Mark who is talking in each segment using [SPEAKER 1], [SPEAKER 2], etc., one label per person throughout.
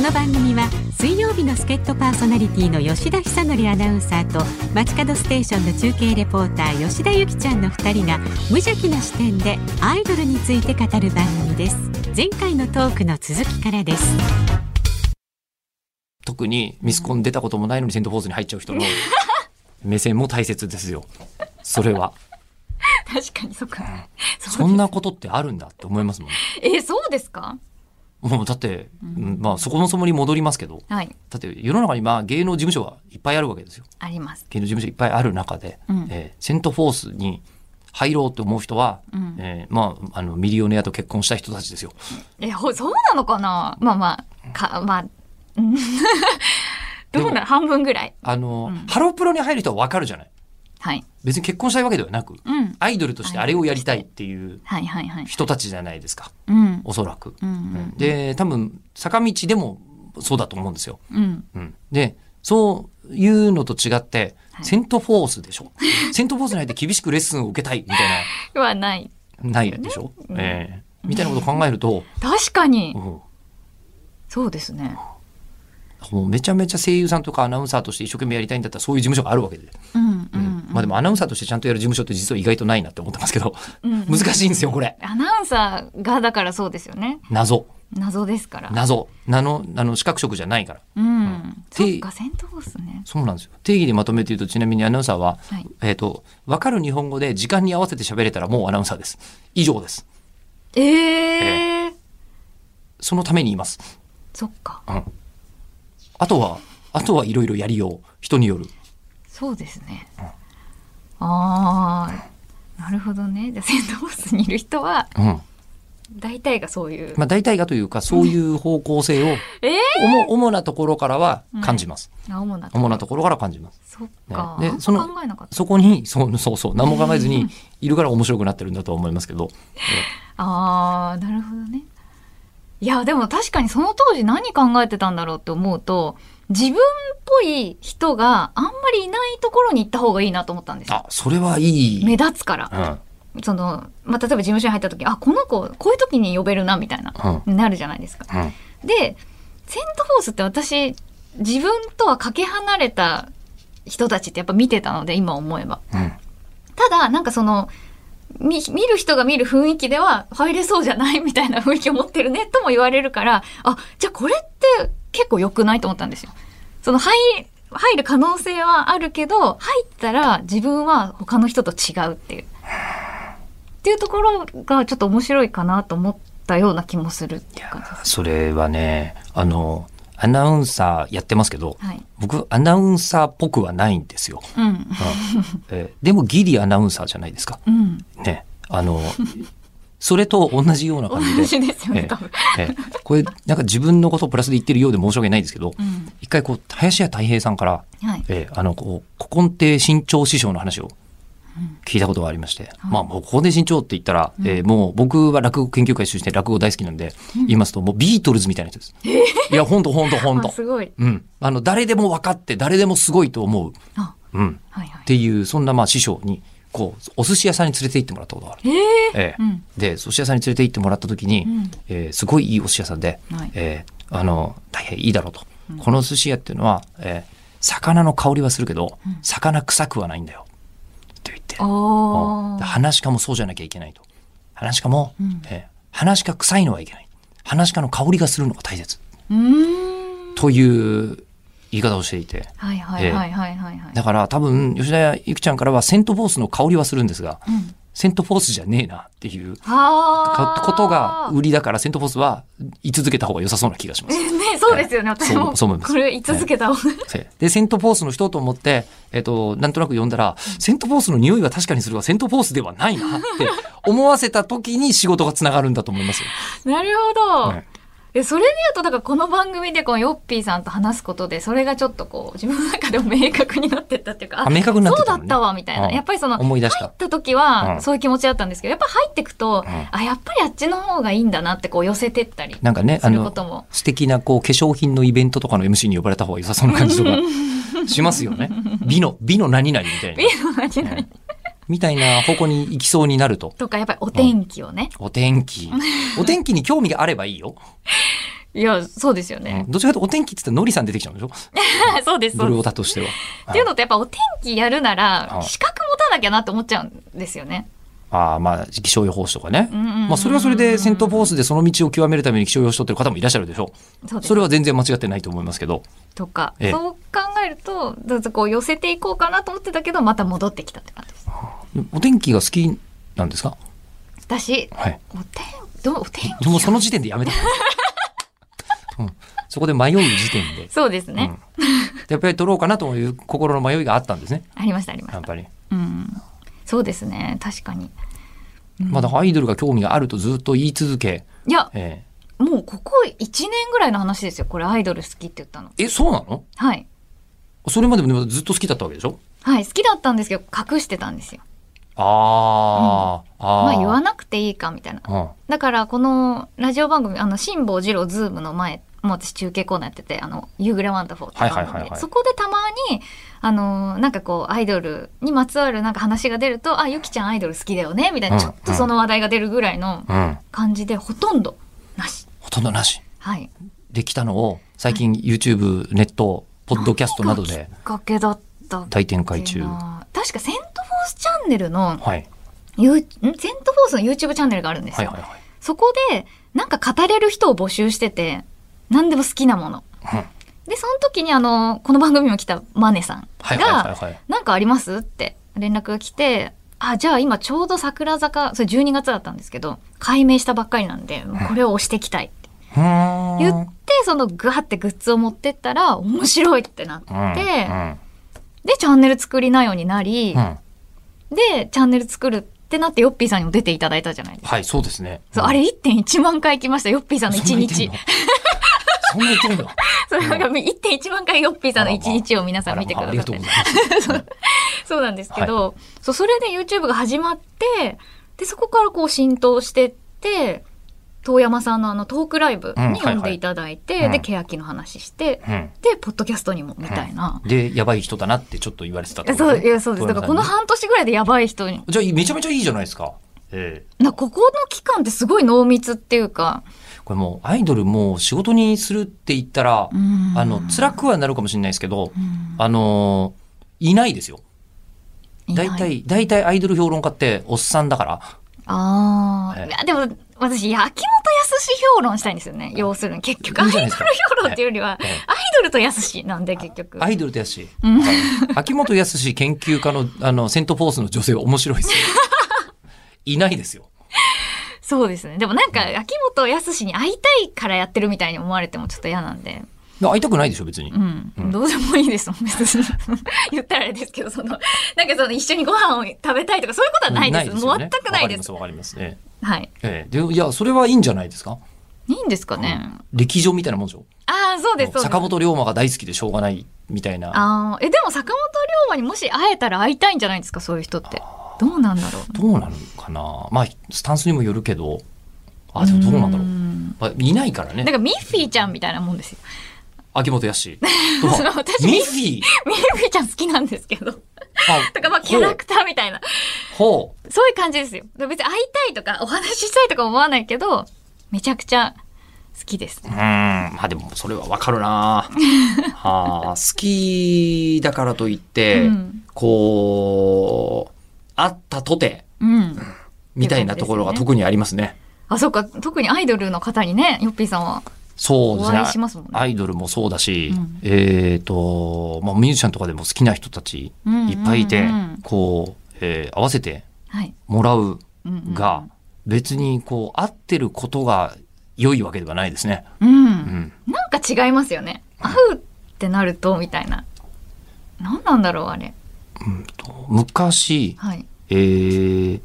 [SPEAKER 1] の番組は水曜日の助っ人パーソナリティの吉田久典アナウンサーと街角ステーションの中継レポーター吉田ゆきちゃんの2人が無邪気な視点でアイドルについて語る番組です前回のトークの続きからです
[SPEAKER 2] 特にミスコン出たこともないのにセントフォースに入っちゃう人の目線も大切ですよそれは
[SPEAKER 3] 確かにそっか。
[SPEAKER 2] そんなことってあるんだって思いますもん
[SPEAKER 3] え、そうですか
[SPEAKER 2] もうだって、うんまあそこのそもに戻りますけど
[SPEAKER 3] はい、
[SPEAKER 2] だって世の中にまあ芸能事務所がいっぱいあるわけですよ
[SPEAKER 3] あります。
[SPEAKER 2] 芸能事務所いっぱいある中で、
[SPEAKER 3] うん
[SPEAKER 2] えーセントフォースに入ろうと思う人は、
[SPEAKER 3] うん
[SPEAKER 2] えーまああのミリオネアと結婚した人たちですよ
[SPEAKER 3] え、ほそうなのかなまあまあ、か、まあ、うん どう
[SPEAKER 2] で
[SPEAKER 3] な半分ぐらい。
[SPEAKER 2] あの、ハロプロに入る人はわかるじゃない
[SPEAKER 3] はい。
[SPEAKER 2] 別に結婚したいわけではなく、
[SPEAKER 3] うん。
[SPEAKER 2] アイドルとしてあれをやりたいっていう
[SPEAKER 3] はいはいはい。
[SPEAKER 2] 人たちじゃないですか
[SPEAKER 3] うん。
[SPEAKER 2] おそらく、
[SPEAKER 3] うん。
[SPEAKER 2] で多分坂道でもそうだと思うんですよ、
[SPEAKER 3] うん。
[SPEAKER 2] うん、でそういうのと違って、
[SPEAKER 3] はい
[SPEAKER 2] セントフォースでしょセントフォースに入って厳しくレッスンを受けたいみたい
[SPEAKER 3] はない。
[SPEAKER 2] なないでしょ、
[SPEAKER 3] うん
[SPEAKER 2] ええみたいなことを考えると、
[SPEAKER 3] 確かに
[SPEAKER 2] う。ん
[SPEAKER 3] そうですね。
[SPEAKER 2] もうめちゃめちゃ声優さんとかアナウンサーとして一生懸命やりたいんだったらそういう事務所があるわけで、
[SPEAKER 3] うん。
[SPEAKER 2] う
[SPEAKER 3] うんん。
[SPEAKER 2] まあでもアナウンサーとしてちゃんとやる事務所って実は意外とないなって思ってますけど
[SPEAKER 3] うん、
[SPEAKER 2] 難しいんですよこれ
[SPEAKER 3] アナウンサーがだからそうですよね。
[SPEAKER 2] 謎
[SPEAKER 3] 謎ですから。
[SPEAKER 2] 謎なのあの資格職じゃないから
[SPEAKER 3] うん。そってか、戦闘ですね。
[SPEAKER 2] そうなんですよ定義でまとめて言うとちなみにアナウンサーは、
[SPEAKER 3] はい
[SPEAKER 2] えっ、と分かる日本語で時間に合わせて喋れたらもうアナウンサーです以上です
[SPEAKER 3] ええー。
[SPEAKER 2] そのためにいます
[SPEAKER 3] そっか。
[SPEAKER 2] あとはあとはいろいろやりよう人による
[SPEAKER 3] そうですね。ああ、なるほどね。じゃあセントフォースにいる人は
[SPEAKER 2] うん
[SPEAKER 3] 大体がそういう。
[SPEAKER 2] まあ大体がというかそういう方向性を、
[SPEAKER 3] ええ
[SPEAKER 2] おも主なところからは感じます、
[SPEAKER 3] ー、主な。
[SPEAKER 2] 主なところから感じます
[SPEAKER 3] そっか。
[SPEAKER 2] ね
[SPEAKER 3] ね、
[SPEAKER 2] でその
[SPEAKER 3] 考えなかった。
[SPEAKER 2] そこにそうそうそう何も考えずにいるから面白くなってるんだとは思いますけど
[SPEAKER 3] ああ、なるほどね。いや、でも確かにその当時何考えてたんだろうって思うと、自分っぽい人があんまりいないところに行った方がいいなと思ったんですよ。
[SPEAKER 2] あそれはいい、
[SPEAKER 3] 目立つから
[SPEAKER 2] う。ん
[SPEAKER 3] その、まあ、例えば事務所に入った時、あ、この子、こういう時に呼べるな、みたいな、
[SPEAKER 2] う
[SPEAKER 3] なるじゃないですか。
[SPEAKER 2] うん、
[SPEAKER 3] でセントフォースって私自分とはかけ離れた人たちってやっぱ見てたので今思えば
[SPEAKER 2] うん
[SPEAKER 3] ただなんかその見見る人が見る雰囲気では入れそうじゃないみたいな雰囲気を持ってるねとも言われるからあじゃあこれって結構良くないと思ったんですよ。その入入る可能性はあるけど入ったら自分は他の人と違うっていう。っていうところがちょっと面白いかなと思ったような気もするっていう感じです。
[SPEAKER 2] それはねあのアナウンサーやってますけど
[SPEAKER 3] はい。
[SPEAKER 2] 僕アナウンサーっぽくはないんですよ、
[SPEAKER 3] うん。
[SPEAKER 2] えーでもギリアナウンサーじゃないですか
[SPEAKER 3] うん。
[SPEAKER 2] ねあのそれと同じような
[SPEAKER 3] 同
[SPEAKER 2] 感じで
[SPEAKER 3] じですよ
[SPEAKER 2] え
[SPEAKER 3] ね、
[SPEAKER 2] え
[SPEAKER 3] 多分。
[SPEAKER 2] ええこれなんか自分のことをプラスで言ってるようで申し訳ないんですけど、
[SPEAKER 3] うん。
[SPEAKER 2] 一回こう林家太平さんから、
[SPEAKER 3] はい。
[SPEAKER 2] ええあのこう古今亭新潮師匠の話を聞いたことがありまして、まあもう古今亭新潮って言ったら、ええもう僕は落語研究会出身で落語大好きなんで、言いますともうビートルズみたいな人です。いやほんとほんとほん
[SPEAKER 3] あ、
[SPEAKER 2] と。
[SPEAKER 3] すごい。
[SPEAKER 2] うん、あの誰でも分かって誰でもすごいと思う、
[SPEAKER 3] あ、
[SPEAKER 2] うん、
[SPEAKER 3] はいは
[SPEAKER 2] っ
[SPEAKER 3] い。
[SPEAKER 2] ていうそんなまあ師匠にこうお寿司屋さんに連れて行ってもらったことがある。
[SPEAKER 3] ええ
[SPEAKER 2] ええ
[SPEAKER 3] うん
[SPEAKER 2] で寿司屋さんに連れて行ってもらった時に、
[SPEAKER 3] うん
[SPEAKER 2] えーすごいいいお寿司屋さんで、
[SPEAKER 3] はい
[SPEAKER 2] えーあの大変いいだろうと、この寿司屋っていうのは、えー魚の香りはするけど、魚臭くはないんだよって言って、
[SPEAKER 3] お
[SPEAKER 2] うん
[SPEAKER 3] ー
[SPEAKER 2] で話し家もそうじゃなきゃいけないと話し家も、
[SPEAKER 3] ん
[SPEAKER 2] えー話し家臭いのはいけない話し家の香りがするのが大切
[SPEAKER 3] うーん。
[SPEAKER 2] という言い方をしていて。
[SPEAKER 3] はいはいはいはいはいはい。
[SPEAKER 2] だから多分吉田ゆきちゃんからはセントフォースの香りはするんですが、
[SPEAKER 3] うん。
[SPEAKER 2] セントフォースじゃねえなっていう
[SPEAKER 3] あ
[SPEAKER 2] か
[SPEAKER 3] ー
[SPEAKER 2] ことが売りだからセントフォースは居続けた方が良さそうな気がします。
[SPEAKER 3] ね、そうですよね、私
[SPEAKER 2] そ
[SPEAKER 3] も。
[SPEAKER 2] うそう思います
[SPEAKER 3] これ、言い続けた方が。
[SPEAKER 2] でセントフォースの人と思って、えっとなんとなく呼んだらセントフォースの匂いは確かにするがセントフォースではないなって思わせた時に仕事がつながるんだと思いますよ。
[SPEAKER 3] なるほど。
[SPEAKER 2] はい
[SPEAKER 3] えそれで言うと、だからこの番組でこのヨッピーさんと話すことで、それがちょっとこう、自分の中でも明確になってったっていうか、
[SPEAKER 2] あ明確になってた
[SPEAKER 3] そ
[SPEAKER 2] も
[SPEAKER 3] う
[SPEAKER 2] ね
[SPEAKER 3] んだったわ、みたいな。
[SPEAKER 2] うん
[SPEAKER 3] やっぱりその、
[SPEAKER 2] 思い出した
[SPEAKER 3] 入った時
[SPEAKER 2] うん
[SPEAKER 3] は、そういう気持ちだったんですけど、やっぱ入ってくと、
[SPEAKER 2] ん
[SPEAKER 3] あ、やっぱりあっちの方がいいんだなってこう寄せてったり。
[SPEAKER 2] なんかねあ
[SPEAKER 3] するこ
[SPEAKER 2] の
[SPEAKER 3] とも
[SPEAKER 2] 素敵なこう化粧品のイベントとかの MC に呼ばれた方が良さそうな感じ とかしますよね。美の美の何々みたいな。
[SPEAKER 3] 何々
[SPEAKER 2] みたいな方向に行きそうになると。
[SPEAKER 3] とか、やっぱりお天気をね。
[SPEAKER 2] お天気。お天気に興味があればいいよ。
[SPEAKER 3] いや、そうですよね。
[SPEAKER 2] うんどっちかというとお天気って言ったらノリさん出てきちゃうんでしょ
[SPEAKER 3] そうです、
[SPEAKER 2] ブ
[SPEAKER 3] そう
[SPEAKER 2] ル
[SPEAKER 3] で
[SPEAKER 2] オ
[SPEAKER 3] す。
[SPEAKER 2] タとしては。
[SPEAKER 3] っていうのってやっぱお天気やるな
[SPEAKER 2] は
[SPEAKER 3] ら
[SPEAKER 2] い
[SPEAKER 3] 資格持たなきゃなって思っちゃうんですよね。
[SPEAKER 2] ああ、まあ、気象予報士とかね。
[SPEAKER 3] うんうんうんうん
[SPEAKER 2] まあ、それはそれで、セントポースでその道を極めるために気象予報士を取ってる方もいらっしゃるでしょ
[SPEAKER 3] そう
[SPEAKER 2] う。
[SPEAKER 3] です
[SPEAKER 2] それは全然間違ってないと思いますけど。
[SPEAKER 3] とか、
[SPEAKER 2] ええ
[SPEAKER 3] そう考えるとずっとこう寄せていこうかなと思ってたけどまた戻ってきたって感じです。
[SPEAKER 2] お天気が好きなんですか
[SPEAKER 3] 私
[SPEAKER 2] はい。
[SPEAKER 3] お天どうお天気
[SPEAKER 2] もうその時点でやめた。うん、そこで迷う時点で。
[SPEAKER 3] そうですね、
[SPEAKER 2] うん、やっぱり取ろうかなという心の迷いがあったんです ね。
[SPEAKER 3] ありましたありま
[SPEAKER 2] や
[SPEAKER 3] し。
[SPEAKER 2] ったぱり。
[SPEAKER 3] うん、そうですね確かに。うん
[SPEAKER 2] まあだからアイドルが興味があるとずっと言い続け。
[SPEAKER 3] いや
[SPEAKER 2] え
[SPEAKER 3] もうここ1年ぐらいの話ですよこれアイドル好きって言ったの。
[SPEAKER 2] ええ、そうなの
[SPEAKER 3] はい
[SPEAKER 2] それまでもでもずっと好きだったわけでしょ
[SPEAKER 3] はい好きだったんですけど隠してたんですよ。
[SPEAKER 2] あー、あー。
[SPEAKER 3] まあ言わ
[SPEAKER 2] な
[SPEAKER 3] なくていいかみたいな。
[SPEAKER 2] うん。
[SPEAKER 3] だからこのラジオ番組あの辛坊治郎ズームの前もう私中継コーナーやってて「あの夕暮れワンダフォー」っていう番組で、
[SPEAKER 2] はいはいはいはい
[SPEAKER 3] そこでたまにあのなんかこうアイドルにまつわるなんか話が出ると「あゆきちゃんアイドル好きだよね」みたいな
[SPEAKER 2] うん
[SPEAKER 3] ちょっとその話題が出るぐらいの
[SPEAKER 2] うん。
[SPEAKER 3] 感じでほとんどなし。
[SPEAKER 2] ほとんどなし。
[SPEAKER 3] はい、
[SPEAKER 2] できたのを、最近 YouTube、ネット、ポッドキャストなどで
[SPEAKER 3] きっかけだったっけな
[SPEAKER 2] 大展開中。は
[SPEAKER 3] 確かセントフォースチャンネルの
[SPEAKER 2] い。はい
[SPEAKER 3] ユーんセントフォースの YouTube チャンネルがあるんです
[SPEAKER 2] はい
[SPEAKER 3] よ、
[SPEAKER 2] は
[SPEAKER 3] そこでなんか語れる人を募集してて何でも好きなもの
[SPEAKER 2] い。うん
[SPEAKER 3] で、その時にあの、この番組にも来たマネさん
[SPEAKER 2] はいはいはい
[SPEAKER 3] が、
[SPEAKER 2] はい。
[SPEAKER 3] なんかありますって連絡が来て、あ、じゃあ今ちょうど桜坂、それ12月だったんですけど、解明したばっかりなんで、もうこれを押していきたいって
[SPEAKER 2] ふーん
[SPEAKER 3] 言って、そのグワってグッズを持ってったら、面白いってなって、で、チャンネル作りなようになり
[SPEAKER 2] うん、うんうん
[SPEAKER 3] で、チャンネル作るってなって、ヨッピーさんにも出ていただいたじゃないですか。
[SPEAKER 2] はい、そうですね。
[SPEAKER 3] そう、あれ1.1万回行きました、ヨッピーさんの1日。
[SPEAKER 2] そんな言ってんの
[SPEAKER 3] それなんか1.1万回ヨッピーさんの1日を 皆さん見てくだ
[SPEAKER 2] あ
[SPEAKER 3] さ
[SPEAKER 2] らまあありが
[SPEAKER 3] って
[SPEAKER 2] とうございます。うん
[SPEAKER 3] そうなんですけど、そうそれで YouTube が始まってでそこからこう浸透してって遠山さんのあのトークライブ
[SPEAKER 2] うん
[SPEAKER 3] に
[SPEAKER 2] はい
[SPEAKER 3] 呼ん
[SPEAKER 2] は
[SPEAKER 3] で
[SPEAKER 2] い
[SPEAKER 3] いただいて、
[SPEAKER 2] うん
[SPEAKER 3] で欅の話して、
[SPEAKER 2] うん
[SPEAKER 3] でポッドキャストにもみたいな、
[SPEAKER 2] で、やばい人だなってちょっと言われてたってこと
[SPEAKER 3] そう
[SPEAKER 2] ね
[SPEAKER 3] いやそうですだからこの半年ぐらいでやばい人に
[SPEAKER 2] じゃあ、めちゃめちゃいいじゃないですか。ええ
[SPEAKER 3] なここの期間ってすごい濃密っていうか、
[SPEAKER 2] これもう、アイドルもう仕事にするって言ったら、
[SPEAKER 3] うん
[SPEAKER 2] あの、辛くはなるかもしれないですけど、
[SPEAKER 3] うん
[SPEAKER 2] あのーいないですよ。
[SPEAKER 3] な
[SPEAKER 2] 大体、大体アイドル評論家っておっさんだから。
[SPEAKER 3] ああ、
[SPEAKER 2] はい
[SPEAKER 3] いやでも私、秋元康評論したいんですよね。要するに、結局、ア
[SPEAKER 2] いい
[SPEAKER 3] イ
[SPEAKER 2] じ
[SPEAKER 3] ド
[SPEAKER 2] ゃな
[SPEAKER 3] ル
[SPEAKER 2] いですか
[SPEAKER 3] 評論っていうよりは、ア
[SPEAKER 2] ええ
[SPEAKER 3] イドルと康なんで、結局。
[SPEAKER 2] アイドルとやすし。
[SPEAKER 3] うん
[SPEAKER 2] 秋元康研究家の、あの、セントフォースの女性は面白いで すよ。いないですよ。
[SPEAKER 3] そうですね。でもなんか、秋元康に会いたいからやってるみたいに思われてもちょっと嫌なんで。
[SPEAKER 2] 会いたくないでしょ、別に
[SPEAKER 3] う。ん。
[SPEAKER 2] うん
[SPEAKER 3] どうでもいいですもん、別に。言ったらあれですけど、その、 なんかその、一緒にご飯を食べたいとか、そういうことはないです。
[SPEAKER 2] よね
[SPEAKER 3] 全くないです。
[SPEAKER 2] わかります、わかります。え
[SPEAKER 3] はい。
[SPEAKER 2] えええで、いや、それはいいんじゃないですか。
[SPEAKER 3] いいんですかね。
[SPEAKER 2] 歴上みたいなもんでしょ。
[SPEAKER 3] ああ、そうです、そうです。
[SPEAKER 2] 坂本龍馬が大好きでしょうがないみたいな。
[SPEAKER 3] ああ、え、でも坂本龍馬にもし会えたら会いたいんじゃないですか、そういう人って。どうなんだろう。
[SPEAKER 2] どうなるのかな。まあ、スタンスにもよるけど。あ、でもどうなんだろう。
[SPEAKER 3] ん
[SPEAKER 2] まあ、いないから
[SPEAKER 3] なん
[SPEAKER 2] ね。
[SPEAKER 3] かミッフィーちゃんみたいなもんですよ。
[SPEAKER 2] 秋元 康。とか
[SPEAKER 3] 私
[SPEAKER 2] ミッフィー。
[SPEAKER 3] ミッフィーちゃん好きなんですけど。
[SPEAKER 2] あ
[SPEAKER 3] とか、まあキャラクターみたいな。
[SPEAKER 2] ほう。
[SPEAKER 3] そういう感じですよ。で別に会いたいとかお話ししたいとか思わないけど、めちゃくちゃ好きです
[SPEAKER 2] う。ーん。まあでも、それはわかる なはあ、好きだからといって、
[SPEAKER 3] うん
[SPEAKER 2] こう、あったとて、
[SPEAKER 3] うん。
[SPEAKER 2] みたいなところが特にありますね。
[SPEAKER 3] あ、そうか。特にアイドルの方にね、ヨッピーさんは。
[SPEAKER 2] そうですね。
[SPEAKER 3] お会いしますもんね
[SPEAKER 2] アイドルもそうだし、
[SPEAKER 3] うん
[SPEAKER 2] えっ、と、まあ、ミュージシャンとかでも好きな人たち
[SPEAKER 3] うんうんうん
[SPEAKER 2] いっぱいいて、こう、えー合わせて
[SPEAKER 3] はい。
[SPEAKER 2] もらう
[SPEAKER 3] うんうん
[SPEAKER 2] が、別にこう、合ってることが良いわけではないですね。
[SPEAKER 3] うん。
[SPEAKER 2] うん。
[SPEAKER 3] なんか違いますよね。会うってなると、みたいな。なんなんだろう、あれ。
[SPEAKER 2] 昔、
[SPEAKER 3] はい。
[SPEAKER 2] えー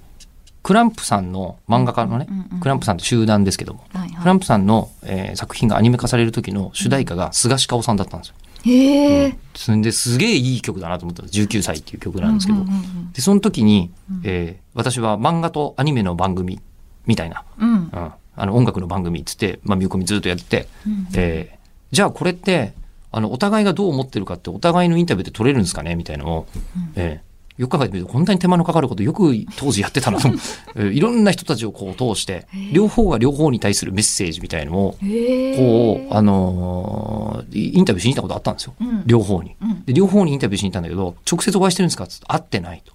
[SPEAKER 2] クランプさんの漫画家のね、
[SPEAKER 3] うんうんうん
[SPEAKER 2] クランプさんって集団ですけども、
[SPEAKER 3] はいはい
[SPEAKER 2] クランプさんの、えー作品がアニメ化される時の主題歌が菅氏香さんだったんですよ。
[SPEAKER 3] へえ。
[SPEAKER 2] それですげえいい曲だなと思ったんです19歳っていう曲なんですけど、
[SPEAKER 3] うんうん
[SPEAKER 2] でその時に、
[SPEAKER 3] うん
[SPEAKER 2] えー私は漫画とアニメの番組みたいな、
[SPEAKER 3] うんうん。
[SPEAKER 2] うんあの音楽の番組っつって、まあ、見込みずっとやってて、
[SPEAKER 3] うん
[SPEAKER 2] えーじゃあこれってあのお互いがどう思ってるかってお互いのインタビューで取れるんですかねみたいなのを、えーよく考えてみると、こんなに手間のかかることよく当時やってた なと思うえーいろんな人たちをこう通して、両方が両方に対するメッセージみたいのを、
[SPEAKER 3] へえ
[SPEAKER 2] こう、あのーインタビューしに行ったことあったんですよ。
[SPEAKER 3] うん
[SPEAKER 2] 両方に。
[SPEAKER 3] うん
[SPEAKER 2] で両方にインタビューしに行ったんだけど、直接お会いしてるんですかつって会ってないと。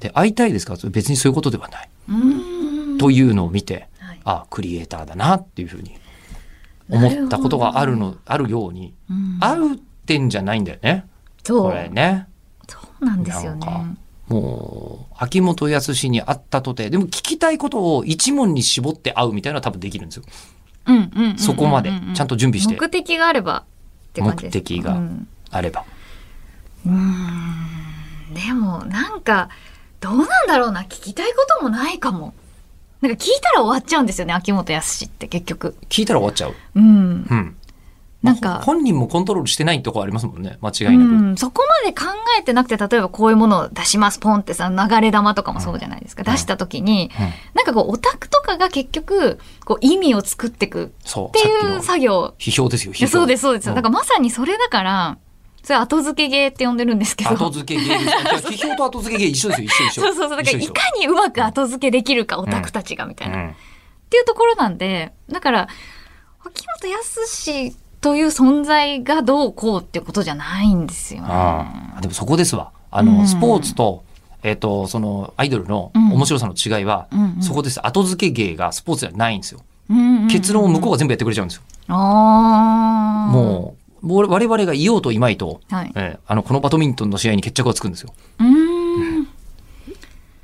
[SPEAKER 2] で、会いたいですかつって別にそういうことではない。
[SPEAKER 3] うーん
[SPEAKER 2] というのを見て、
[SPEAKER 3] はい
[SPEAKER 2] あ、クリエイターだなっていうふうに思ったことがあるの、あるように、
[SPEAKER 3] うん
[SPEAKER 2] あるってんじゃないんだよね。
[SPEAKER 3] そ
[SPEAKER 2] こ
[SPEAKER 3] う
[SPEAKER 2] れね。
[SPEAKER 3] そうなんですよね
[SPEAKER 2] なんかもう、秋元康に会ったとて、でも聞きたいことを一問に絞って会うみたいなのは多分できるんですよ。
[SPEAKER 3] うんうんうんうんうんうん
[SPEAKER 2] そこまで、ちゃんと準備して
[SPEAKER 3] 目的があればって感じです
[SPEAKER 2] 目的が
[SPEAKER 3] うん
[SPEAKER 2] あれば。
[SPEAKER 3] うーんでもなんかどうなんだろうな聞きたいこともないかもなんか聞いたら終わっちゃうんですよね秋元康って結局
[SPEAKER 2] 聞いたら終わっちゃう。
[SPEAKER 3] うん
[SPEAKER 2] うん。
[SPEAKER 3] なんか、
[SPEAKER 2] 本人もコントロールしてないとこありますもんね。間
[SPEAKER 3] う
[SPEAKER 2] 違いなく。
[SPEAKER 3] ん、そこまで考えてなくて例えばこういうものを出しますポンってさ流れ玉とかもそうじゃないですか、
[SPEAKER 2] うん
[SPEAKER 3] 出した時に、
[SPEAKER 2] うん
[SPEAKER 3] なんかこうオタクとかが結局こう意味を作ってくっ
[SPEAKER 2] そう。
[SPEAKER 3] て
[SPEAKER 2] さっき
[SPEAKER 3] いう
[SPEAKER 2] の
[SPEAKER 3] 作業
[SPEAKER 2] 批評ですよ、批
[SPEAKER 3] いや
[SPEAKER 2] 評。
[SPEAKER 3] そうですそうです、
[SPEAKER 2] ん
[SPEAKER 3] なんかまさにそれだからそれ後付け芸って呼んでるんですけど
[SPEAKER 2] 後付け芸です。批評と後付け芸一緒ですよ、一緒一緒。
[SPEAKER 3] そうそうそう。だから、い
[SPEAKER 2] 一緒一緒
[SPEAKER 3] かにうまく後付けできるか、オタクたちが、みたいな、
[SPEAKER 2] う
[SPEAKER 3] っ
[SPEAKER 2] ん
[SPEAKER 3] ていうところなんで、だから、秋元康という存在がどうこうっていうことじゃないんですよね。
[SPEAKER 2] ああ、でもそこですわ。あの、
[SPEAKER 3] うん
[SPEAKER 2] スポーツと、えっ、と、その、アイドルの
[SPEAKER 3] うん
[SPEAKER 2] 面白さの違いは、
[SPEAKER 3] うんうん
[SPEAKER 2] そこです。後付け芸がスポーツではないんですよ。
[SPEAKER 3] うんうんうん
[SPEAKER 2] 結論を向こうが全部やってくれちゃうんですよ。
[SPEAKER 3] ああ。
[SPEAKER 2] もう、もう我々がいようといまいと、
[SPEAKER 3] う。はい。
[SPEAKER 2] えーあの、このバドミントンの試合に決着がつくんですよ。
[SPEAKER 3] うーん。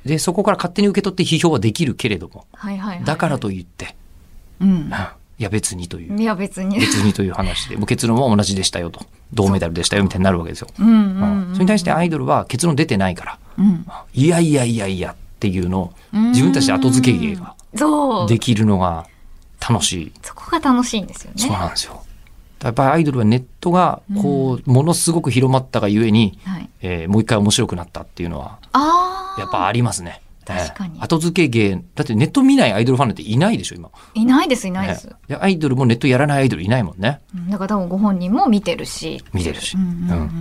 [SPEAKER 2] で、そこから勝手に受け取って批評はできるけれども、
[SPEAKER 3] はいはい、はい。
[SPEAKER 2] だからといって、
[SPEAKER 3] うん。
[SPEAKER 2] いや別にという、
[SPEAKER 3] いや、別に。
[SPEAKER 2] 別にという話で、もう結論は同じでしたよと、銅メダルでしたよみたいになるわけですよ。
[SPEAKER 3] うんうん、
[SPEAKER 2] う
[SPEAKER 3] うん
[SPEAKER 2] んそれに対してアイドルは結論出てないから、
[SPEAKER 3] うん。
[SPEAKER 2] いやいやいやいやっていうのを自分たちで後付け芸が
[SPEAKER 3] そう。
[SPEAKER 2] できるのが楽しい。
[SPEAKER 3] そこが楽しいんですよね。
[SPEAKER 2] そうなんですよ。やっぱりアイドルはネットがこうものすごく広まったがゆえに、
[SPEAKER 3] はい。
[SPEAKER 2] えーもう一回面白くなったっていうのは
[SPEAKER 3] ああ。
[SPEAKER 2] やっぱありますね。
[SPEAKER 3] 確かに
[SPEAKER 2] えー後付け芸だってネット見ないアイドルファンなんていないでしょ今。
[SPEAKER 3] いないです、いないです。
[SPEAKER 2] ねでアイドルもネットやらないアイドルいないもんね。
[SPEAKER 3] うんだから多分ご本人も見てるし。
[SPEAKER 2] 見てるし
[SPEAKER 3] うんうんうんうん
[SPEAKER 2] う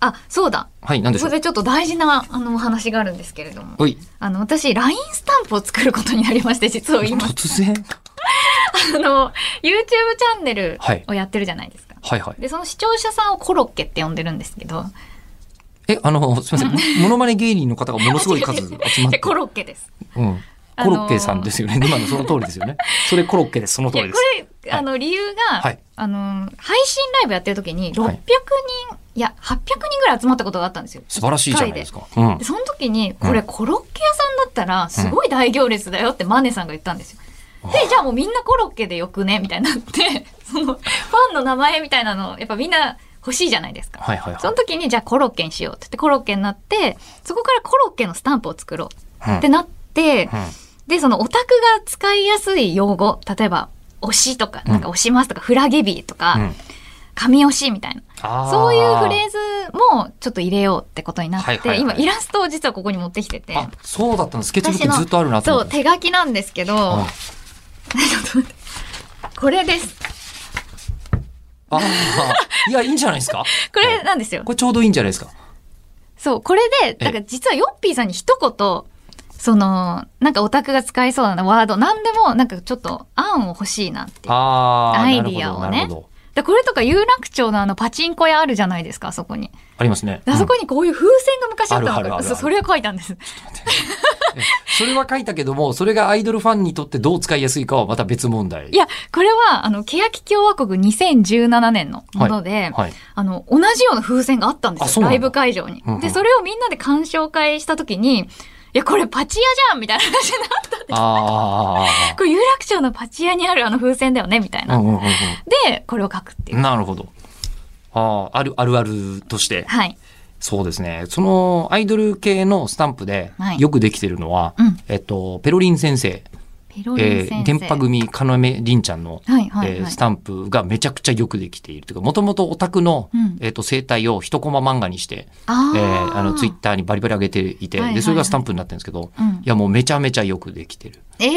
[SPEAKER 3] あ、そうだ。
[SPEAKER 2] はいなんでし
[SPEAKER 3] そ
[SPEAKER 2] ょ
[SPEAKER 3] こ
[SPEAKER 2] う。
[SPEAKER 3] でちょっと大事なあのお話があるんですけれども。
[SPEAKER 2] おい
[SPEAKER 3] あの、私、LINE スタンプを作ることになりまして、実を 今、
[SPEAKER 2] 突然
[SPEAKER 3] あの、YouTube チャンネル
[SPEAKER 2] はい
[SPEAKER 3] をやってるじゃないですか。
[SPEAKER 2] はいはい。
[SPEAKER 3] で、その視聴者さんをコロッケって呼んでるんですけど、
[SPEAKER 2] えあのすみま せんモノマネ芸人の方がものすごい数集まって。
[SPEAKER 3] でコロッケです。
[SPEAKER 2] うん。
[SPEAKER 3] あ
[SPEAKER 2] コ
[SPEAKER 3] のー
[SPEAKER 2] ロッケさんですよね。今のその通りですよね。それコロッケです。その通り
[SPEAKER 3] で、
[SPEAKER 2] で
[SPEAKER 3] こ
[SPEAKER 2] す。
[SPEAKER 3] れ、
[SPEAKER 2] はい
[SPEAKER 3] あの、理由が、
[SPEAKER 2] はい
[SPEAKER 3] あの、配信ライブやってる時に、600人、
[SPEAKER 2] はい
[SPEAKER 3] い、や、800人ぐらい集まったことがあったんですよ。
[SPEAKER 2] 素晴らしいじゃないですか。うん
[SPEAKER 3] で。その時に、これコロッケ屋さんだったら、すごい大行列だよってマネさんが言ったんですよ。で、じゃあもうみんなコロッケでよくねみたいになって、その、ファンの名前みたいなの、やっぱみんな欲しいじゃないですか。
[SPEAKER 2] はいはい
[SPEAKER 3] その時に、じゃあコロッケにしようって言ってコロッケになって、そこからコロッケのスタンプを作ろう
[SPEAKER 2] はい。
[SPEAKER 3] ってなって、
[SPEAKER 2] うんうん
[SPEAKER 3] で、そのオタクが使いやすい用語、例えば、推しとか、なんか推しますとか、フラゲビーと
[SPEAKER 2] う
[SPEAKER 3] か、
[SPEAKER 2] ん
[SPEAKER 3] 神推しみたいな。
[SPEAKER 2] あー
[SPEAKER 3] そういうフレーズもちょっと入れようってことになって、
[SPEAKER 2] はいはいはい
[SPEAKER 3] 今イラストを実はここに持ってきてて。
[SPEAKER 2] あ、そうだったの。スケッチブックずっとあるなと
[SPEAKER 3] そ
[SPEAKER 2] 思っ
[SPEAKER 3] う、
[SPEAKER 2] て。
[SPEAKER 3] 手書きなんですけ
[SPEAKER 2] あ
[SPEAKER 3] ど、ちょっと待ってこれです。
[SPEAKER 2] あー。いや、いいんじゃないですか。
[SPEAKER 3] これなんですよ
[SPEAKER 2] こ。れちょうどいいんじゃないですか。
[SPEAKER 3] そう、これで、だから実はヨッピーさんに一言、その、なんかオタクが使いそうなワード、なんでも、なんかちょっと案を欲しいなっていう。
[SPEAKER 2] ああ。
[SPEAKER 3] アイディアを
[SPEAKER 2] なるほど
[SPEAKER 3] ね
[SPEAKER 2] なるほど。
[SPEAKER 3] でこれとか有楽町のあのパチンコ屋あるじゃないですか、あそこに。
[SPEAKER 2] ありますね。
[SPEAKER 3] あそこ
[SPEAKER 2] うん
[SPEAKER 3] にこういう風船が昔あったの
[SPEAKER 2] あるあるあるあ
[SPEAKER 3] か、
[SPEAKER 2] る
[SPEAKER 3] そうそれを書いたんです。
[SPEAKER 2] それは書いたけども、それがアイドルファンにとってどう使いやすいかはまた別問題。
[SPEAKER 3] いや、これは、あの、欅共和国2017年のもので、
[SPEAKER 2] はい。
[SPEAKER 3] あの、同じような風船があったんで
[SPEAKER 2] あ
[SPEAKER 3] す
[SPEAKER 2] そう
[SPEAKER 3] よ。
[SPEAKER 2] なん
[SPEAKER 3] ラ
[SPEAKER 2] だ
[SPEAKER 3] イブ会場に。
[SPEAKER 2] うんうん
[SPEAKER 3] で、それをみんなで鑑賞会したときに、いや、これパチ屋じゃんみたいな話になって、
[SPEAKER 2] あ
[SPEAKER 3] これ有楽町のパチ屋にあるあの風船だよねみたい
[SPEAKER 2] あ。
[SPEAKER 3] な。
[SPEAKER 2] うんうんうん
[SPEAKER 3] で、これを書くっていうう。
[SPEAKER 2] ん。なるほど。ああ、ある、あるあるとして。
[SPEAKER 3] はい。
[SPEAKER 2] そうですね。そのアイドル系のスタンプで
[SPEAKER 3] はい
[SPEAKER 2] よくできてるのは、
[SPEAKER 3] うん
[SPEAKER 2] えっと、ペロリン先生、
[SPEAKER 3] ペロリン
[SPEAKER 2] えー
[SPEAKER 3] 先
[SPEAKER 2] 電
[SPEAKER 3] 生。
[SPEAKER 2] 波組、かのめりんちゃんの、
[SPEAKER 3] はいはい
[SPEAKER 2] えー
[SPEAKER 3] はい
[SPEAKER 2] ス。タンプがめちゃくちゃよくできているというか、もともとオタクの、
[SPEAKER 3] うん
[SPEAKER 2] えっと、生態を一コマ漫画にして、
[SPEAKER 3] あ
[SPEAKER 2] え
[SPEAKER 3] ー
[SPEAKER 2] ーあの、ツイッターにバリバリ上げていて、
[SPEAKER 3] はいはいは
[SPEAKER 2] で、
[SPEAKER 3] い
[SPEAKER 2] それがスタンプになってるんですけど、
[SPEAKER 3] うん
[SPEAKER 2] いや、もうめちゃめちゃよくできてる。
[SPEAKER 3] えー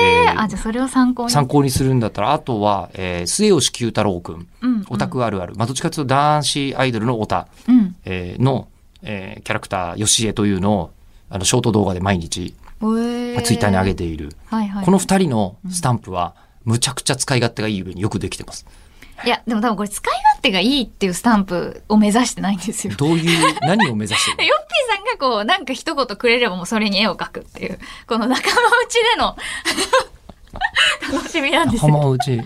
[SPEAKER 2] えー
[SPEAKER 3] あ、じゃあそれを参考に。
[SPEAKER 2] 参考にするんだったら、あとは、えー末吉久太郎くん、
[SPEAKER 3] うんうん
[SPEAKER 2] オタクあるある、まあ、どっちかというと男子アイドルのオタ、
[SPEAKER 3] うん。
[SPEAKER 2] えーの、えーキャラクター、よしえというのを、あの、ショート動画で毎日、まあツイッターに上げている。
[SPEAKER 3] はいはい、
[SPEAKER 2] この二人のスタンプは、むちゃくちゃ使い勝手がいい上によくできてます。
[SPEAKER 3] いやでも多分これ使い勝手がいいっていうスタンプを目指してないんですよ。
[SPEAKER 2] どういう、何を目指して
[SPEAKER 3] で
[SPEAKER 2] る
[SPEAKER 3] ヨッピーさんがこうなんか一言くれればもうそれに絵を描くっていうこの仲間内での 楽しみなん
[SPEAKER 2] の
[SPEAKER 3] です
[SPEAKER 2] 仲
[SPEAKER 3] よ。
[SPEAKER 2] 間内、えー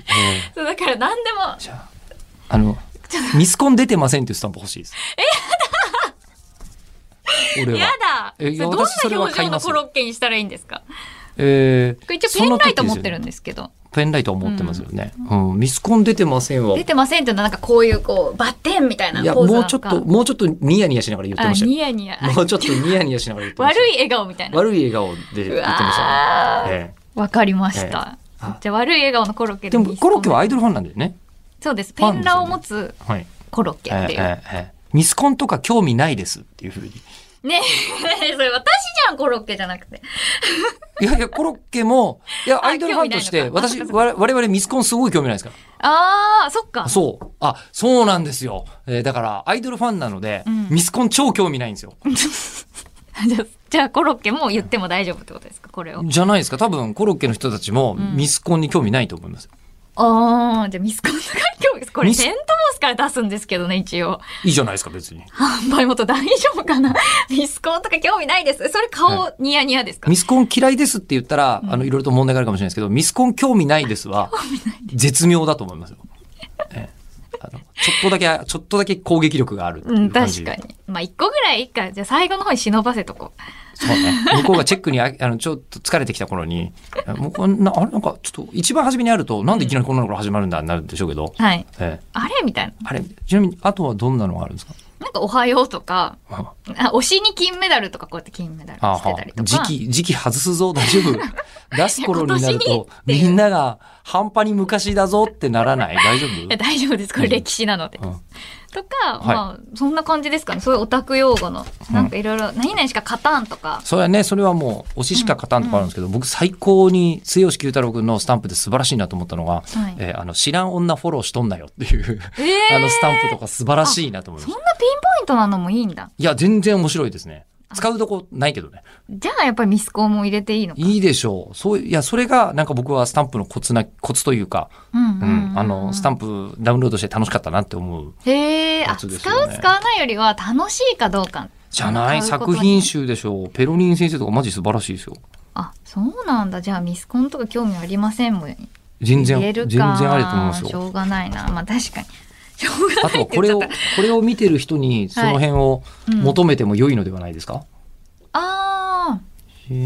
[SPEAKER 3] そうだから何でも
[SPEAKER 2] じゃあ、あの、ミスコン出てませんっていうスタンプ欲しいです。え、やだ俺
[SPEAKER 3] や
[SPEAKER 2] は。
[SPEAKER 3] だそ
[SPEAKER 2] え
[SPEAKER 3] れ
[SPEAKER 2] い
[SPEAKER 3] ど
[SPEAKER 2] や
[SPEAKER 3] んな
[SPEAKER 2] 私それは
[SPEAKER 3] 表
[SPEAKER 2] 買い
[SPEAKER 3] 情の
[SPEAKER 2] ます
[SPEAKER 3] コ
[SPEAKER 2] よ
[SPEAKER 3] ロッケにしたらいいんですか
[SPEAKER 2] えー
[SPEAKER 3] これ一応ペンライト持ってるん
[SPEAKER 2] で。
[SPEAKER 3] ですけど
[SPEAKER 2] ペンライトは持ってますよね。うん、ミスコン出てませんわ。
[SPEAKER 3] 出てませんっていうのはなんかこういうこうバッテンみたいない
[SPEAKER 2] や、
[SPEAKER 3] ポー
[SPEAKER 2] も
[SPEAKER 3] ズな
[SPEAKER 2] う
[SPEAKER 3] の
[SPEAKER 2] ちょっ
[SPEAKER 3] か
[SPEAKER 2] と、もうちょっとニヤニヤしながら言って
[SPEAKER 3] あ
[SPEAKER 2] ましたよ
[SPEAKER 3] ニヤニヤ
[SPEAKER 2] もうちょっとニヤニヤしながら言ってました
[SPEAKER 3] 悪
[SPEAKER 2] よ。
[SPEAKER 3] い笑顔みたいな
[SPEAKER 2] 悪い笑顔で言ってました
[SPEAKER 3] うわー
[SPEAKER 2] ね。え
[SPEAKER 3] わかりました、
[SPEAKER 2] ええ
[SPEAKER 3] じゃあ悪い笑顔のコロッケ
[SPEAKER 2] えでもコロッケはアイドルファンなんだよね。
[SPEAKER 3] そうです
[SPEAKER 2] フ
[SPEAKER 3] ペ
[SPEAKER 2] ァン
[SPEAKER 3] ン
[SPEAKER 2] ですよ
[SPEAKER 3] ラを
[SPEAKER 2] ね
[SPEAKER 3] 持つ
[SPEAKER 2] はい。
[SPEAKER 3] コロッケ
[SPEAKER 2] ええ
[SPEAKER 3] っていう、
[SPEAKER 2] ええええミスコンとか興味ないですっていうふうに。
[SPEAKER 3] ねえ それ私じゃんコロッケじゃなくて
[SPEAKER 2] いやいや、コロッケも、いや、
[SPEAKER 3] あ
[SPEAKER 2] アイドルファンとして、
[SPEAKER 3] 興味ないのか
[SPEAKER 2] 私、我我々ミスコンすごい興味ないですか。
[SPEAKER 3] あーそっから
[SPEAKER 2] そう。あ、そうなんですよ。えーだから、アイドルファンなので、
[SPEAKER 3] うん
[SPEAKER 2] ミスコン超興味ないんですよ。
[SPEAKER 3] じゃあじゃあコロッケも言っても大丈夫ってことですかこれを
[SPEAKER 2] じゃないですか。多分、コロッケの人たちも
[SPEAKER 3] ん
[SPEAKER 2] ミスコンに興味ないと思いますよ。
[SPEAKER 3] ああじゃあミスコンの環境ですこれ
[SPEAKER 2] ミス
[SPEAKER 3] セントモスから出すんですけどね一応
[SPEAKER 2] いいじゃないですか、別に。
[SPEAKER 3] 販売元大丈夫か なミスコンとか興味ないです。それ顔ニヤニヤですか、
[SPEAKER 2] ミスコン嫌いですって言ったら、
[SPEAKER 3] ん
[SPEAKER 2] あの、いろいろと問題があるかもしれないですけど、ミスコン興味ないですは、絶妙だと思いますよ。ええあのちょっとだけ、ちょっとだけ攻撃力があるって
[SPEAKER 3] う
[SPEAKER 2] い
[SPEAKER 3] ん、
[SPEAKER 2] う感じ。
[SPEAKER 3] 確かに。まあ、一個ぐらいいいか。じゃあ最後の方に忍ばせとこ
[SPEAKER 2] そうね。向こうがチェックにあ、あの、ちょっと疲れてきた頃に、あもうこんな、あれなんか、ちょっと、一番初めにあると、なんでいきなりこんなのから始まるんだ、なるでしょうけど、
[SPEAKER 3] う。はい。
[SPEAKER 2] ええ
[SPEAKER 3] あれみたいな。
[SPEAKER 2] あれ、ちなみに、あとはどんなのがあるんですか
[SPEAKER 3] なんか、おはようとか、
[SPEAKER 2] あ
[SPEAKER 3] あ推しに金メダルとか、こうやって金メダル
[SPEAKER 2] あ
[SPEAKER 3] つけたりとか。
[SPEAKER 2] 時期、時期外すぞ、大丈 夫。出す頃になる
[SPEAKER 3] いや今年に
[SPEAKER 2] と
[SPEAKER 3] っ、ていう
[SPEAKER 2] みんなが半端に昔だぞってならない。大丈
[SPEAKER 3] いや
[SPEAKER 2] 夫
[SPEAKER 3] 大丈夫です。これ歴史なので。
[SPEAKER 2] うん
[SPEAKER 3] とか、まあ、そんな感じですかね。そういうオタク用語の。なんかいろいろ、何々しか勝たんとか。
[SPEAKER 2] それはね、それはもう、推ししか勝たんとかあるんですけど、僕最高に、末吉久太郎くんのスタンプで素晴らしいなと思ったのが、
[SPEAKER 3] はい
[SPEAKER 2] えーあの、知らん女フォローしとんなよっていう、
[SPEAKER 3] ええ
[SPEAKER 2] あのスタンプとか素晴らしいなと思い
[SPEAKER 3] そ
[SPEAKER 2] ま
[SPEAKER 3] ん
[SPEAKER 2] し
[SPEAKER 3] な
[SPEAKER 2] た。
[SPEAKER 3] ピンポイントなのもいいんだ。
[SPEAKER 2] いや、全然面白いですね。使うとこないけどね。
[SPEAKER 3] じゃあ、やっぱりミスコンも入れていいのか。
[SPEAKER 2] いいでしょう。そう、いや、それが、なんか僕はスタンプのコツな、コツというか、
[SPEAKER 3] うん
[SPEAKER 2] う
[SPEAKER 3] うんうんうん
[SPEAKER 2] ん、あの、スタンプダウンロードして楽しかったなって思う。
[SPEAKER 3] へえ、
[SPEAKER 2] や
[SPEAKER 3] あ、
[SPEAKER 2] つ
[SPEAKER 3] 使
[SPEAKER 2] で
[SPEAKER 3] う
[SPEAKER 2] すよね
[SPEAKER 3] 使わないよりは楽しいかどうか。
[SPEAKER 2] じゃない
[SPEAKER 3] 買うこ
[SPEAKER 2] 作
[SPEAKER 3] とに
[SPEAKER 2] 品集でしょう。ペロニン先生とかマジ素晴らしいですよ。
[SPEAKER 3] あ、そうなんだ。じゃあミスコンとか興味ありませんもん。
[SPEAKER 2] 全然、
[SPEAKER 3] 言え
[SPEAKER 2] 全
[SPEAKER 3] るか
[SPEAKER 2] 然ありだと思います
[SPEAKER 3] し
[SPEAKER 2] よ。
[SPEAKER 3] ょうがないな。まあ確かに。しょうが
[SPEAKER 2] あ
[SPEAKER 3] な
[SPEAKER 2] と
[SPEAKER 3] い
[SPEAKER 2] は
[SPEAKER 3] って
[SPEAKER 2] こ
[SPEAKER 3] 言っち
[SPEAKER 2] れ
[SPEAKER 3] ゃっ
[SPEAKER 2] を、
[SPEAKER 3] た
[SPEAKER 2] こ。れを見てる人にその辺を
[SPEAKER 3] うん
[SPEAKER 2] 求めても良いのではないですか、え
[SPEAKER 3] ああ、そうい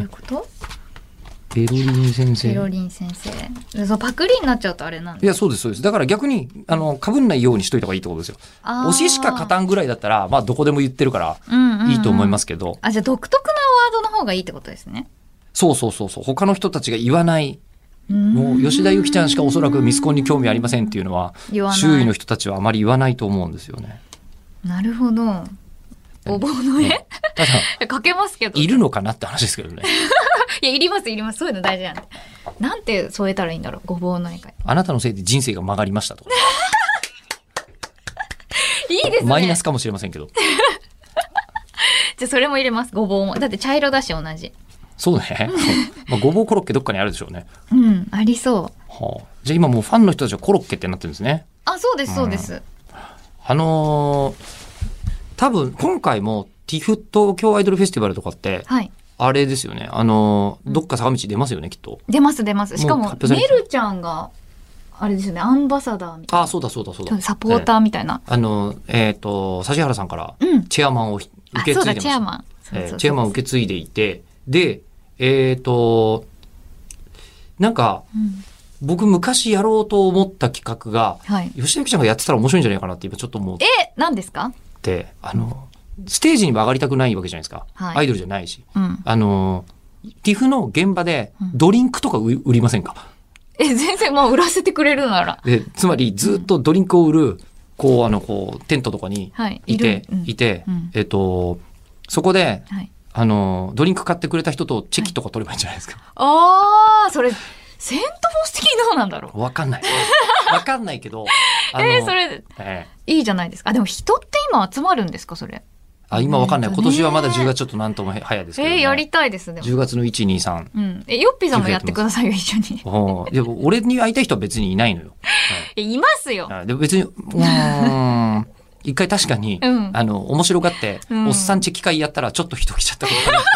[SPEAKER 2] ー
[SPEAKER 3] うこと
[SPEAKER 2] ペロリン先生。
[SPEAKER 3] ペロ
[SPEAKER 2] い
[SPEAKER 3] リン先生。そう、パクリになっちゃうとあれなんだ。
[SPEAKER 2] や、そうです、そうです。だから逆に、あの、被んないようにしといた方がいいってことですよ。
[SPEAKER 3] あー
[SPEAKER 2] 推ししか勝たんぐらいだったら、まあ、どこでも言ってるから、
[SPEAKER 3] うんうんうん
[SPEAKER 2] いいと思いますけど、
[SPEAKER 3] あ、じゃあ独特なワードの方がいいってことですね。
[SPEAKER 2] そうそうそうそう、他の人たちが言わない、
[SPEAKER 3] も
[SPEAKER 2] もう吉田ゆきちゃんしかおそらくミスコンに興味ありませんっていうのは、
[SPEAKER 3] 言わない
[SPEAKER 2] 周囲の人たちはあまり言わないと思うんですよね。
[SPEAKER 3] なるほど。ごぼうの絵
[SPEAKER 2] ただ、
[SPEAKER 3] かけますけど。
[SPEAKER 2] いるのかなって話ですけどね。
[SPEAKER 3] いや、いります、いります。そういうの大事なんで。なんて添えたらいいんだろう。ごぼうの絵か。
[SPEAKER 2] あなたのせいで人生が曲がりましたとか、
[SPEAKER 3] いいですね。
[SPEAKER 2] マイナスかもしれませんけど。
[SPEAKER 3] じゃあそれも入れます。ごぼうも。だって茶色だし同じ。
[SPEAKER 2] そうね。 まあ、ごぼうコロッケどっかにあるでしょうね。
[SPEAKER 3] うん、ありそう。
[SPEAKER 2] はあ、じゃあ今もうファンの人たちはコロッケってなってるんですね。
[SPEAKER 3] あ、そうです、そうです。
[SPEAKER 2] あのー多分今回も TIFF 東京アイドルフェスティバルとかって、
[SPEAKER 3] はい。
[SPEAKER 2] あれですよね。あのーどっか坂道出ますよね、きっと。
[SPEAKER 3] 出ます、出ます。しか
[SPEAKER 2] もう
[SPEAKER 3] も
[SPEAKER 2] 発、表され
[SPEAKER 3] ね
[SPEAKER 2] てた
[SPEAKER 3] るちゃんが、あれですよね、アンバサダーみたい
[SPEAKER 2] ああ、そうだそうだそう
[SPEAKER 3] な。
[SPEAKER 2] だ。
[SPEAKER 3] サポータ
[SPEAKER 2] え
[SPEAKER 3] ーみたいな。
[SPEAKER 2] えあのー、えっ、と、指原さんから
[SPEAKER 3] うん、
[SPEAKER 2] チェアマンをひ受
[SPEAKER 3] あ、
[SPEAKER 2] け継
[SPEAKER 3] そ
[SPEAKER 2] いうでま
[SPEAKER 3] だ、
[SPEAKER 2] す。
[SPEAKER 3] チェアマン。そうそう
[SPEAKER 2] え
[SPEAKER 3] そ
[SPEAKER 2] ー
[SPEAKER 3] う
[SPEAKER 2] チェアマンを受け継いでいて、で、えっ、と、なんか、
[SPEAKER 3] うん
[SPEAKER 2] 僕昔やろうと思った企画が、
[SPEAKER 3] はい。
[SPEAKER 2] 吉田ゆきちゃんがやってたら面白いんじゃないかなって今ちょっと思っ
[SPEAKER 3] え、何ですか
[SPEAKER 2] て、あの、ステージにも上がりたくないわけじゃないですか。
[SPEAKER 3] はい
[SPEAKER 2] アイドルじゃないし。
[SPEAKER 3] うん。
[SPEAKER 2] あの、ティフの現場で
[SPEAKER 3] うん
[SPEAKER 2] ドリンクとか売売りませんか、
[SPEAKER 3] え、全然、まあ、売らせてくれるなら。
[SPEAKER 2] でつまりずっとドリンクを売る、こう、あの、こう、テントとかに
[SPEAKER 3] はい。
[SPEAKER 2] いて、
[SPEAKER 3] うん
[SPEAKER 2] いて、
[SPEAKER 3] うん
[SPEAKER 2] えっと、そこで、
[SPEAKER 3] はい。
[SPEAKER 2] あの、ドリンク買ってくれた人とチェキとか取ればいいんじゃないですか。
[SPEAKER 3] あー、それ、セントフォース的にどうなんだろう。
[SPEAKER 2] わかんない。わかんないけど。あの
[SPEAKER 3] えー、それ、
[SPEAKER 2] え
[SPEAKER 3] いいじゃないですか。あでも人って今集まるんですか、それ。
[SPEAKER 2] あ、今わかんない。今年はまだ10月ちょっとなんとも早いですけど、ね。
[SPEAKER 3] えー、やりたいですね。
[SPEAKER 2] 10月の1、2、3。
[SPEAKER 3] うん。え、ヨッピーさんもやってくださいよ、一緒に。
[SPEAKER 2] おーでも俺に会いたい人は別にいないのよ。
[SPEAKER 3] えいますよ。
[SPEAKER 2] はい、でも別に、うーん。一回確かに、
[SPEAKER 3] うん
[SPEAKER 2] あの、面白がって、
[SPEAKER 3] うん
[SPEAKER 2] おっさんチェキ会やったらちょっと人来ちゃったことあるんで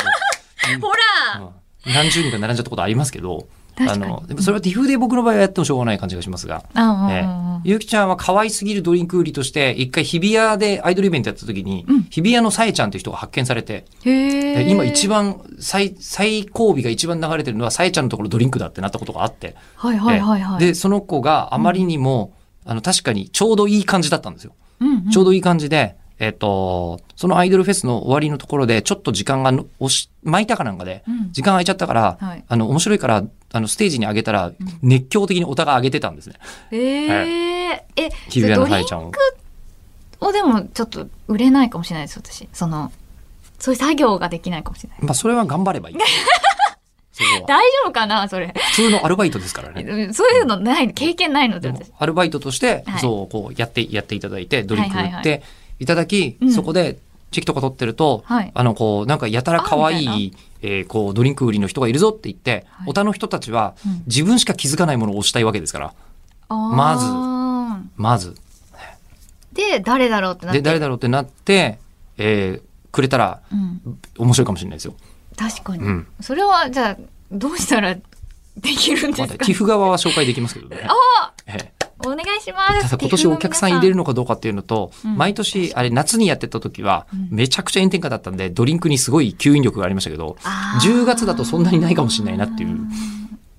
[SPEAKER 2] すけど。
[SPEAKER 3] ほ ら
[SPEAKER 2] うん何十人か並んじゃったことありますけど、
[SPEAKER 3] 確か
[SPEAKER 2] あ
[SPEAKER 3] に
[SPEAKER 2] の、でもそれは TIFF で僕の場合はやってもしょうがない感じがしますが、
[SPEAKER 3] うんうん
[SPEAKER 2] ええ
[SPEAKER 3] うんうん
[SPEAKER 2] ゆうきちゃんは可愛すぎるドリンク売りとして、一回日比谷でアイドルイベントやった時に、日比谷のさえちゃんという人が発見されて、
[SPEAKER 3] へ
[SPEAKER 2] え
[SPEAKER 3] ー
[SPEAKER 2] 今一番最、最後尾が一番流れてるのはさえちゃんのところドリンクだってなったことがあって、
[SPEAKER 3] はいはいはいはい。
[SPEAKER 2] ええで、その子があまりにも、あの、確かにちょうどいい感じだったんですよ。
[SPEAKER 3] うんうん
[SPEAKER 2] ちょうどいい感じで、えっ、と、そのアイドルフェスの終わりのところで、ちょっと時間がの押し、巻いたかなんかで、
[SPEAKER 3] うん
[SPEAKER 2] 時間空いちゃったから、
[SPEAKER 3] はい
[SPEAKER 2] あの、面白いから、あの、ステージに上げたら、熱狂的にお互い上げてたんですね。
[SPEAKER 3] えー、え、
[SPEAKER 2] 日比谷のハイちゃんを。
[SPEAKER 3] をでもちょっと売れないかもしれないです私そのそういう作業ができないかもしれない
[SPEAKER 2] まあ、それは頑張ればいい。そこは
[SPEAKER 3] 大丈夫かなそれ
[SPEAKER 2] 普通のアルバイトですからね。
[SPEAKER 3] そういうのない経験ないの
[SPEAKER 2] で
[SPEAKER 3] で
[SPEAKER 2] も
[SPEAKER 3] 私
[SPEAKER 2] アルバイトとして、
[SPEAKER 3] はい
[SPEAKER 2] そう、こう、やって、やっていただいて、ドリンク売
[SPEAKER 3] はいは
[SPEAKER 2] っ
[SPEAKER 3] いは
[SPEAKER 2] ていただき、
[SPEAKER 3] うん
[SPEAKER 2] そこで、チェキとか取ってると、
[SPEAKER 3] はい
[SPEAKER 2] あの、こう、なんかやたら可愛
[SPEAKER 3] あみ
[SPEAKER 2] い、えーこう、ドリンク売りの人がいるぞって言って、
[SPEAKER 3] はい
[SPEAKER 2] おたの人たちは
[SPEAKER 3] うん、
[SPEAKER 2] 自分しか気づかないものを押したいわけですから、
[SPEAKER 3] ま
[SPEAKER 2] まず。
[SPEAKER 3] ずで誰だろうってなっ
[SPEAKER 2] で、
[SPEAKER 3] て
[SPEAKER 2] 誰だろうってなって、えーくれたら、
[SPEAKER 3] うん、
[SPEAKER 2] 面白いかもしれないですよ。
[SPEAKER 3] 確かに、
[SPEAKER 2] うん
[SPEAKER 3] それはじゃあどうしたらできるんで
[SPEAKER 2] ますだ、
[SPEAKER 3] か
[SPEAKER 2] 寄付側は紹介できますけどね。ええ
[SPEAKER 3] お願いします
[SPEAKER 2] ただ今年お客さん入れるのかどうかっていうのと、
[SPEAKER 3] うん
[SPEAKER 2] 毎年、あれ夏にやってた時は、めちゃくちゃ炎天下だったんで、ドリンクにすごい吸引力がありましたけど、
[SPEAKER 3] あー
[SPEAKER 2] 10月だとそんなにないかもしれないなっていう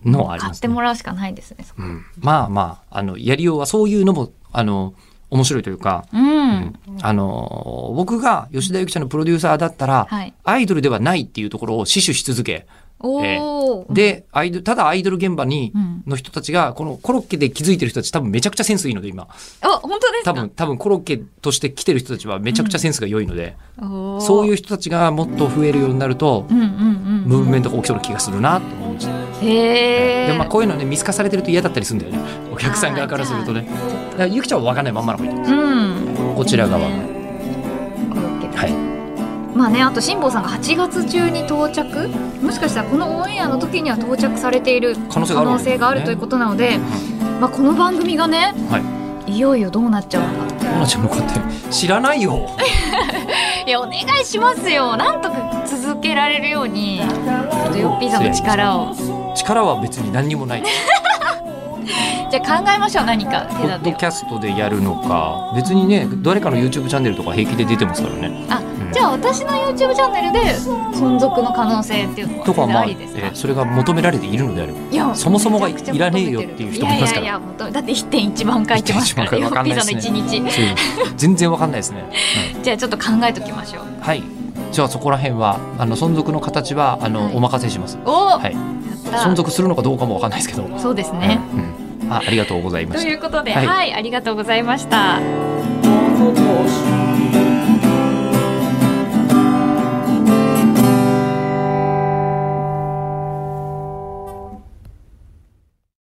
[SPEAKER 2] のはあり
[SPEAKER 3] 買
[SPEAKER 2] ま
[SPEAKER 3] っ
[SPEAKER 2] す
[SPEAKER 3] て
[SPEAKER 2] ね。
[SPEAKER 3] もらうしかないですねそこ
[SPEAKER 2] うん、まあまあ、あの、やりようはそういうのも、あの、面白いというか、
[SPEAKER 3] うん、
[SPEAKER 2] うんあの、僕が吉田ゆきちゃんのプロデューサーだったら、
[SPEAKER 3] はい
[SPEAKER 2] アイドルではないっていうところを死守し続け、
[SPEAKER 3] おお、
[SPEAKER 2] で、アイドル、ただアイドル現場に
[SPEAKER 3] うん、
[SPEAKER 2] の人たちが、このコロッケで気づいてる人たち多分めちゃくちゃセンスいいので、今。
[SPEAKER 3] あ本当です
[SPEAKER 2] 多
[SPEAKER 3] か
[SPEAKER 2] 分、多分コロッケとして来てる人たちはめちゃくちゃセンスが良いので、
[SPEAKER 3] おー
[SPEAKER 2] そういう人たちがもっと増えるようになると、
[SPEAKER 3] うんうんうん
[SPEAKER 2] ムーブメントが起きそうな気がするなって思いました。
[SPEAKER 3] へえ
[SPEAKER 2] で、まあこういうのね、見透かされてると嫌だったりするんだよね。お客さん側からするとね。だからゆきちゃんは分かんないまんまの方がいいと思
[SPEAKER 3] うん
[SPEAKER 2] うこちら側が。
[SPEAKER 3] コロッケだ
[SPEAKER 2] はい。
[SPEAKER 3] まあねあと辛坊さんが8月中に到着もしかしたらこのオンエアの時には到着されている
[SPEAKER 2] 可能性があるわけですね
[SPEAKER 3] があるということなので、まあ、この番組がね
[SPEAKER 2] はい。
[SPEAKER 3] いよいよどうなっちゃうのか
[SPEAKER 2] モナちゃんもこうやって、知らないよ。
[SPEAKER 3] いやお願いしますよなんとか続けられるようにちょっとヨッピーさんの力を
[SPEAKER 2] 力は別に何にもない。
[SPEAKER 3] じゃあ考えましょう何か
[SPEAKER 2] ポッ
[SPEAKER 3] 手立て
[SPEAKER 2] ド
[SPEAKER 3] を
[SPEAKER 2] キャストでやるのか、別にね、誰かの YouTube チャンネルとか平気で出てますからね。
[SPEAKER 3] あじゃあ私の YouTube チャンネルで存続の可能性っていうのは
[SPEAKER 2] とか
[SPEAKER 3] 全然
[SPEAKER 2] ま
[SPEAKER 3] あ
[SPEAKER 2] あ、
[SPEAKER 3] りですか、
[SPEAKER 2] えーそれが求められているのであれば。
[SPEAKER 3] いや
[SPEAKER 2] そもそもが
[SPEAKER 3] めちゃくちゃ
[SPEAKER 2] いらねえよっていう人もいますから
[SPEAKER 3] ややいや求めだって1.1万回言ってますから
[SPEAKER 2] 1.1
[SPEAKER 3] ヨ
[SPEAKER 2] 万
[SPEAKER 3] ッピ
[SPEAKER 2] 回
[SPEAKER 3] ー
[SPEAKER 2] わ
[SPEAKER 3] さ
[SPEAKER 2] か
[SPEAKER 3] ん
[SPEAKER 2] ん
[SPEAKER 3] の
[SPEAKER 2] ないです
[SPEAKER 3] 1日、
[SPEAKER 2] そう全然わかんないです ね。
[SPEAKER 3] じゃあちょっと考えときましょう
[SPEAKER 2] うんはい。じゃあそこら辺は、あの、存続の形は、あの、
[SPEAKER 3] はい
[SPEAKER 2] お任せします。
[SPEAKER 3] おお、
[SPEAKER 2] はい。
[SPEAKER 3] やった
[SPEAKER 2] 存続するのかどうかもわかんないですけど。
[SPEAKER 3] そうですね、
[SPEAKER 2] うんうんあありがとうございま
[SPEAKER 3] と
[SPEAKER 2] した
[SPEAKER 3] い。うことで、
[SPEAKER 2] はい
[SPEAKER 3] はい、ありがとうございました
[SPEAKER 4] どんな年